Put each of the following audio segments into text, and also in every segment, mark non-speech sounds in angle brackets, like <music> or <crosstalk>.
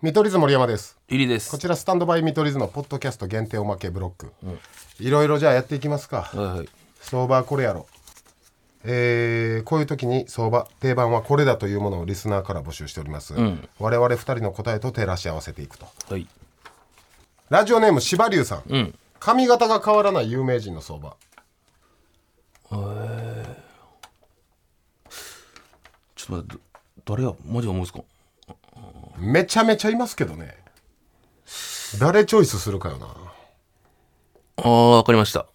見取り図森山です入りですこちらスタンドバイ見取り図のポッドキャスト限定おまけブロック、いろいろじゃあやっていきますか、はいはい相場はこれやろえーこういう時に相場定番はこれだというものをリスナーから募集しております、我々2人の答えと照らし合わせていくとはいラジオネーム柴龍さん、髪型が変わらない有名人の相場ちょっと待ってど誰やマジ思いつかんめちゃめちゃいますけどね誰チョイスするかよなあーわかりました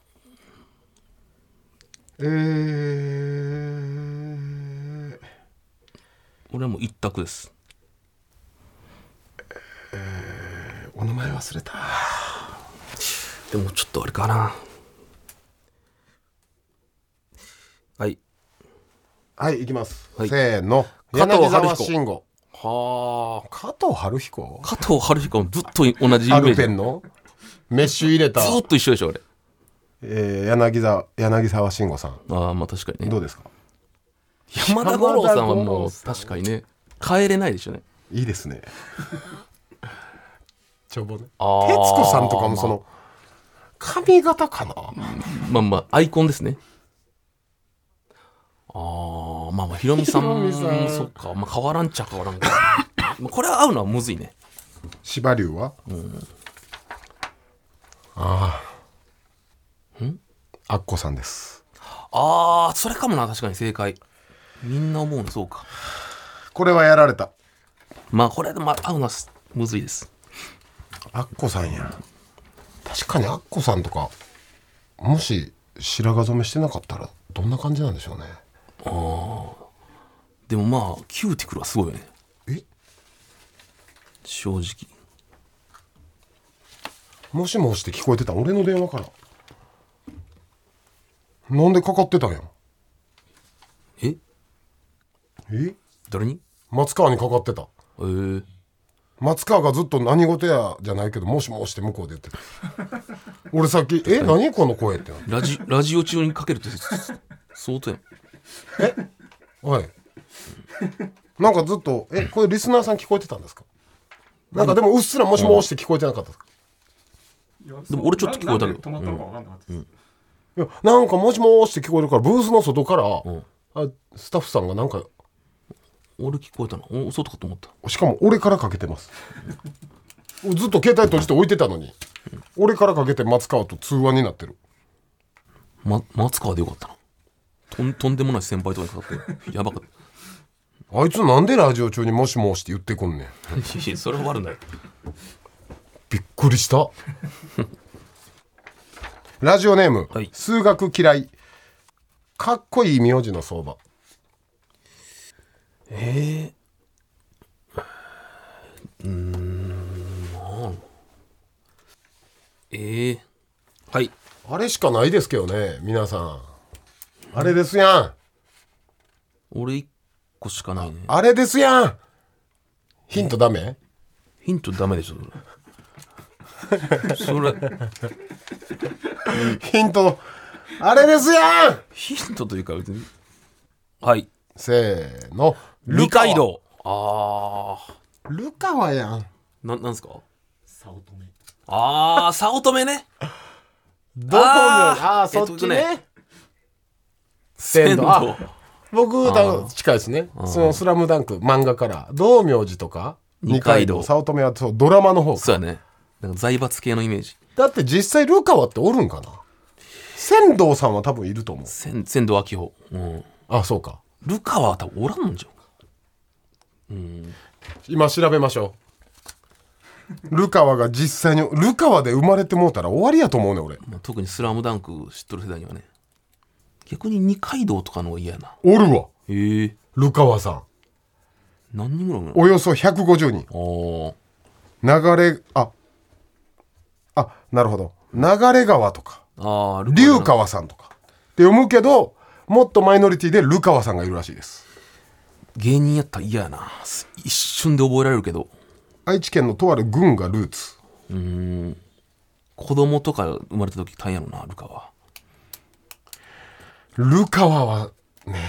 えー、俺はもう一択ですお名前忘れたでもちょっとあれかなはいはい行きます、はいせーの加藤柳沢春彦慎吾はあ加藤春彦加藤春彦もずっと同じイメアールジずペンのメッシュ入れた、ーっと一緒でしょ俺えー、柳沢柳沢慎吾さんああまあ確かにねどうですか山田五郎さん山田は五も郎うさん確かにね変えれないでしょうねいいです <laughs> ね帳簿ね徹あー子さんとかもその髪型かなまあまあアイコンですねああまあまあヒロミさんもヒロミさんそっか、まあ、変わらんちゃ変わらんかまあこれは合うのはむずいね芝龍は、ああんあっこさんですああそれかもな確かに正解みんな思うのそうかこれはやられたまあこれでまあ合うのはすむずいですあっこさんや確かにあっこさんとかもし白髪染めしてなかったらどんな感じなんでしょうねでもまあキューティクルはすごいよねえ正直もしもしって聞こえてた俺の電話からなんでかかってたんやええ誰に松川にかかってたえー、松川がずっと何事やじゃないけどもしもしって向こうで言ってた俺さっき「え何この声」ってなラジ <laughs> ラジオ中にかけるって相当やんはい。なんかずっと、え、これリスナーさん聞こえてたんですか。なんかでもうっすらもしもしって聞こえてなかったですか。でも俺ちょっと聞こえたけど止まったのか分かんなかったです、いや、なんかもしもしって聞こえるから、ブースの外から、んあスタッフさんがなんか、俺聞こえたなおそうとかと思ったしかも俺からかけてます。 <laughs> ずっと携帯閉じて置いてたのに、俺からかけて松川と通話になってる。ま、松川でよかったな。とんとんでもない先輩とかにかかって、やばかった。あいつなんでラジオ中にもしもしって言ってくんねん。いやいや、それは悪ない。びっくりした <laughs> ラジオネーム、はい数学嫌いかっこいい名字の相場ええはい。あれしかないですけどね皆さんあれですやん俺一個しかないね。あれですやんヒントダメヒントダメでしょ、それ。それ、ヒントあれですやんヒントというか別に。はい。せーの二階堂。ああ。ルカワやんな、なんすか早乙女ああ、早乙女ね。どこのあああーーそっちね,、えっと仙道仙あ道僕多分近いですねその「スラムダンク漫画から道明寺とか二階堂二早乙女はそうドラマの方かそうやね。なんか財閥系のイメージ。だって実際ルカワっておるんかな仙道さんは多分いると思う仙仙道明穂。うん。あそうかルカワは多分おらんのじゃん。今調べましょうルカワが実際にルカワで生まれてもうたら終わりやと思うね俺まあ、特に「スラムダンク知っとる世代にはね逆に二階堂とかの方が嫌やなおるわへえルカワさん何人ぐらいおるのおよそ150人お流れああなるほど流れ川とかああ龍川さんとかって読むけどもっとマイノリティでルカワさんがいるらしいです芸人やったら嫌やなす一瞬で覚えられるけど愛知県のとある郡がルーツうーん子供とか生まれた時大変やろなルカはルカワはね、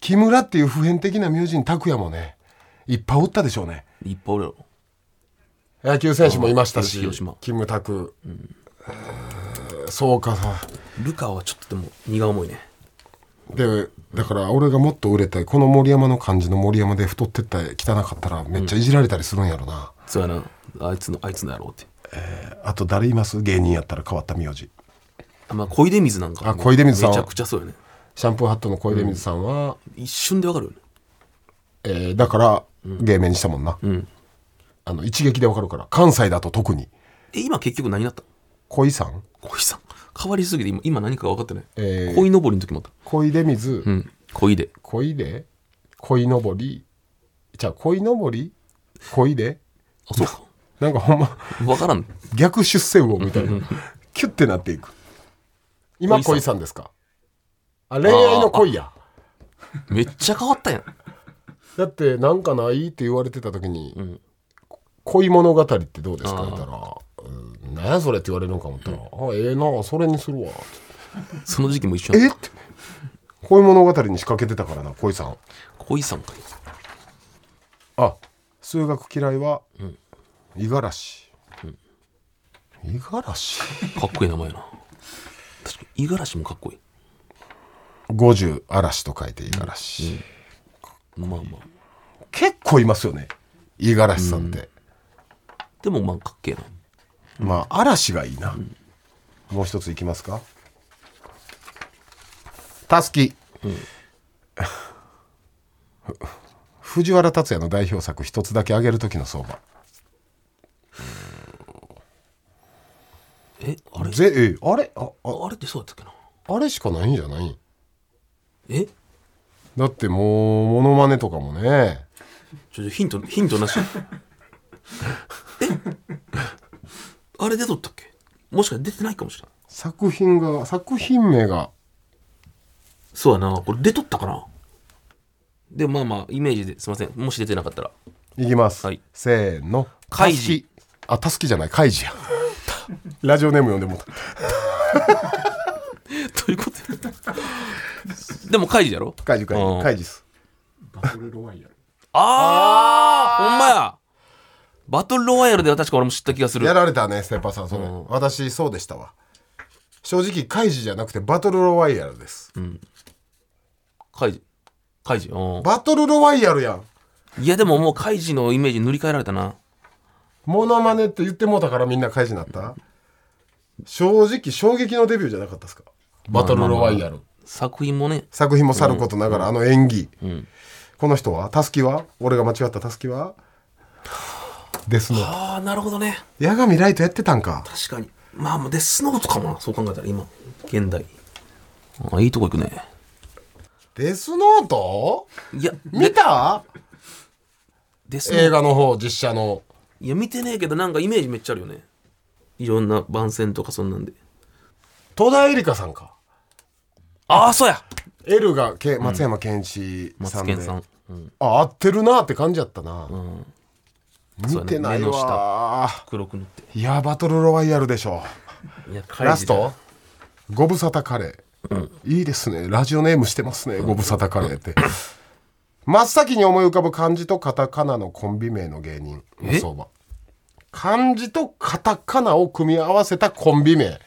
木村っていう普遍的な名人拓也もねいっぱいおったでしょうねいっぱいおるやろ野球選手もいましたし広島キムタク、えーそうかさルカはちょっとでも荷が重いねでだから俺がもっと売れたいこの森山の感じの森山で太ってった汚かったらめっちゃいじられたりするんやろな、そうやなあいつのあいつのやろうってあと誰います芸人やったら変わった名字あまあ小出水なんかあ小出水さんめちゃくちゃそうよねシャンプーハットの小出水さんは、一瞬でわかるよねえーだから芸名にしたもんな、んあの一撃でわかるから関西だと特にえ今結局何になった恋さん恋さん変わりすぎて今今何か分かってない、えー恋のぼりの時もあっ恋出水、たうん恋で恋で恋のぼりじゃあ恋のぼり恋であそうかなんかほんま分からん逆出世魚みたいなキュッてなっていく今恋さん恋さんですかあ恋愛の恋やめっちゃ変わったやんだってなんかないって言われてた時に、ん恋物語ってどうですかあー言ったら「うん、何やそれ」って言われるんか思ったら「あええなそれにするわ」その時期も一緒えやって恋物語に仕掛けてたからな恋さん恋さんかいあ数学嫌いは五十嵐五十嵐かっこいい名前やな確かに五十嵐もかっこいい五十嵐と書いて五十嵐まあまあ結構いますよね五十嵐さんって、でもまあかっけえなまあ嵐がいいな、もう一ついきますかたすき、ふ藤原竜也の代表作一つだけ上げる時の相場えあれぜえあれあああれってそうやったっけなあれしかないんじゃないえだってもうモノマネとかもねちょちょヒントヒントなしえあれ出とったっけもしかして出てないかもしれない作品が作品名がそうやなこれ出とったかなでまあまあイメージですいませんもし出てなかった <laughs> らいきます、はいせーのカイたジすきあたすきじゃないカイジやラジオネーム読んでもうたということででも開示だろカイジカイうジんカイジっすバトルロワイヤル。ああほんまやバトルロワイヤルでは確か俺も知った気がするやられたねステッパーさんそれ、私そうでしたわ正直カイジじゃなくてバトルロワイヤルです、カイジカイジうバトルロワイヤルやんんいやでももうカイジのイメージ塗り替えられたなモノマネって言ってもうたからみんなカイジになった正直衝撃のデビューじゃなかったですかバトルロワイヤル、作品もね作品もさることながら、あの演技、この人はたすきは俺が間違ったたすきはですのああなるほどね八神ライトやってたんか確かにまあまあデスノートかもなそう考えたら今現代あーいいとこ行くねデスノートいや見たデスノート映画の方実写のいや見てねえけどなんかイメージめっちゃあるよねいろんな番宣とかそんなんで戸田恵梨香さんかああそうや L がけ松山ケンイチさ松んで、健さんあ合ってるなって感じやったな、見てないそうわ、黒く塗っていやバトルロワイヤルでしょいやカイジだラストご無沙汰カレー、いいですねラジオネームしてますねご無沙汰カレーって真っ先に思い浮かぶ漢字とカタカナのコンビ名の芸人の相場漢字とカタカナを組み合わせたコンビ名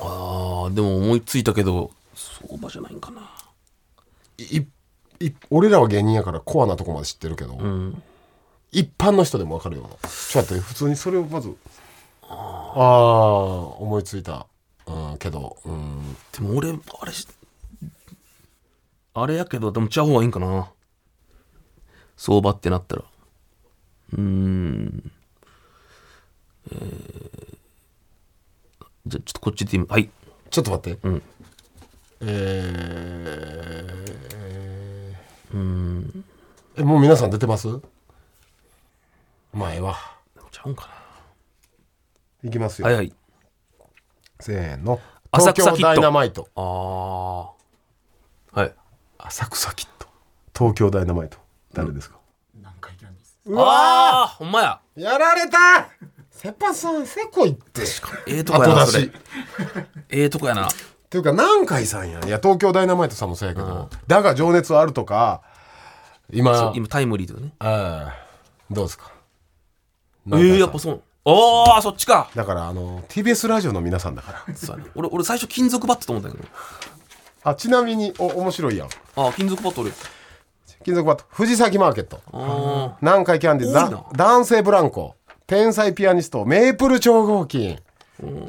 ああでも思いついたけど相場じゃないんかないいい俺らは芸人やからコアなとこまで知ってるけど、一般の人でも分かるようなちょっと待って普通にそれをまずああ思いついた、うん、けど、うん、でも俺あれしあれやけどでもちゃう方がいいんかな相場ってなったらうーんえー、じゃあちょっとこっちではいちょっと待って、んえーえもう皆さん出てます前はでもちゃうんかいきますなよ、はいはいせーの浅東草キ京ダッドイナマイトああはい浅草キッド東京ダイナマイト誰ですか、南海キャンディーズ。うああほんまややられたセパさんせこいってええとこや後な出それしええとこやなっていうか南海さんやんいや東京ダイナマイトさんもそうやけど「だが情熱はある」とかそう今今タイムリーだねああどうですかえー、やっぱそうああそっちかだからあの TBS ラジオの皆さんだからそうやな俺俺最初金属バットと思ったんやけどあちなみにお面白いやんああ金属バット俺金属バット藤崎マーケットあ南海キャンディーズいいなだ男性ブランコ天才ピアニストメープル超合金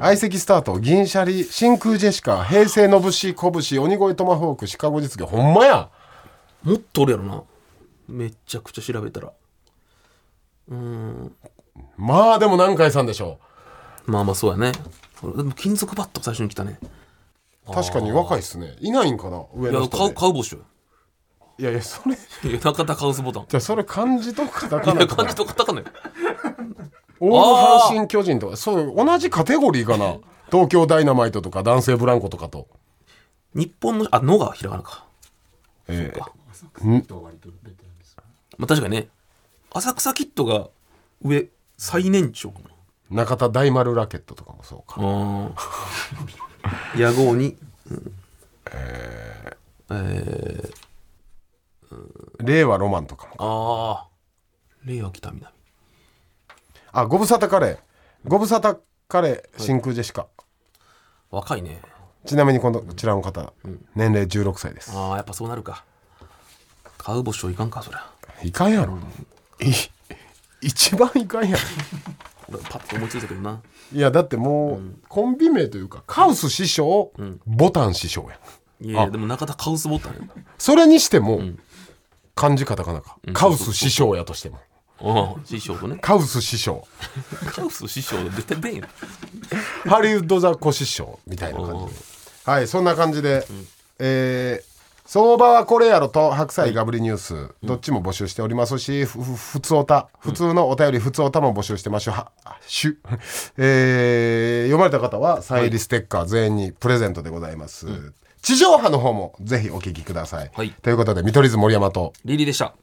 相席スタート銀シャリ真空ジェシカ平成のぶしこぶし鬼越トマホークシカゴ実業ほんまやあもっとおるやろなめっちゃくちゃ調べたらうーんまあでも南海さんでしょまあまあそうやね俺でも金属バット最初に来たねう確かに若いっすねいないんかな上いのや人カでウカウボーイっしょいやいやそれじ <laughs> いや中田カウスボタンゃあそれ漢字とカタカいナやとか感じとカタカナよ大野阪神巨人とかそう同じカテゴリーかな東京ダイナマイトとか男性ブランコとかと日本のあ野がひらがなか、ええ浅草と割とベテランですよねまあ、確かにね浅草キッドが上最年長かな中田大丸ラケットとかもそうかああ野号に、ええー、令和ロマンとかもああ令和北南あご無沙汰カレーご無沙汰カレー真空ジェシカ、若いねちなみにこのこちらの方、年齢16歳ですああやっぱそうなるか買うボショいかんかそりゃいかんやろ、い一番いかんやろ俺パッと思いついたけどないやだってもう、コンビ名というかカウス師匠、ボタン師匠やんいやいやでも中田カウスボタンやそれにしても、漢字カタカナか、カウス師匠やとしてもああ師匠とねカウス師匠カウス師匠で絶対弁やハリウッドザコ師匠みたいな感じではいそんな感じで、えー相場はこれやろと白菜ガブリニュース、どっちも募集しておりますし、ふふ普通おた普通のお便り普通おたも募集してましょうはしゅ、えー読まれた方はサイリステッカー全員にプレゼントでございます、地上波の方もぜひお聞きください、はいということで見取り図森山とリリーでした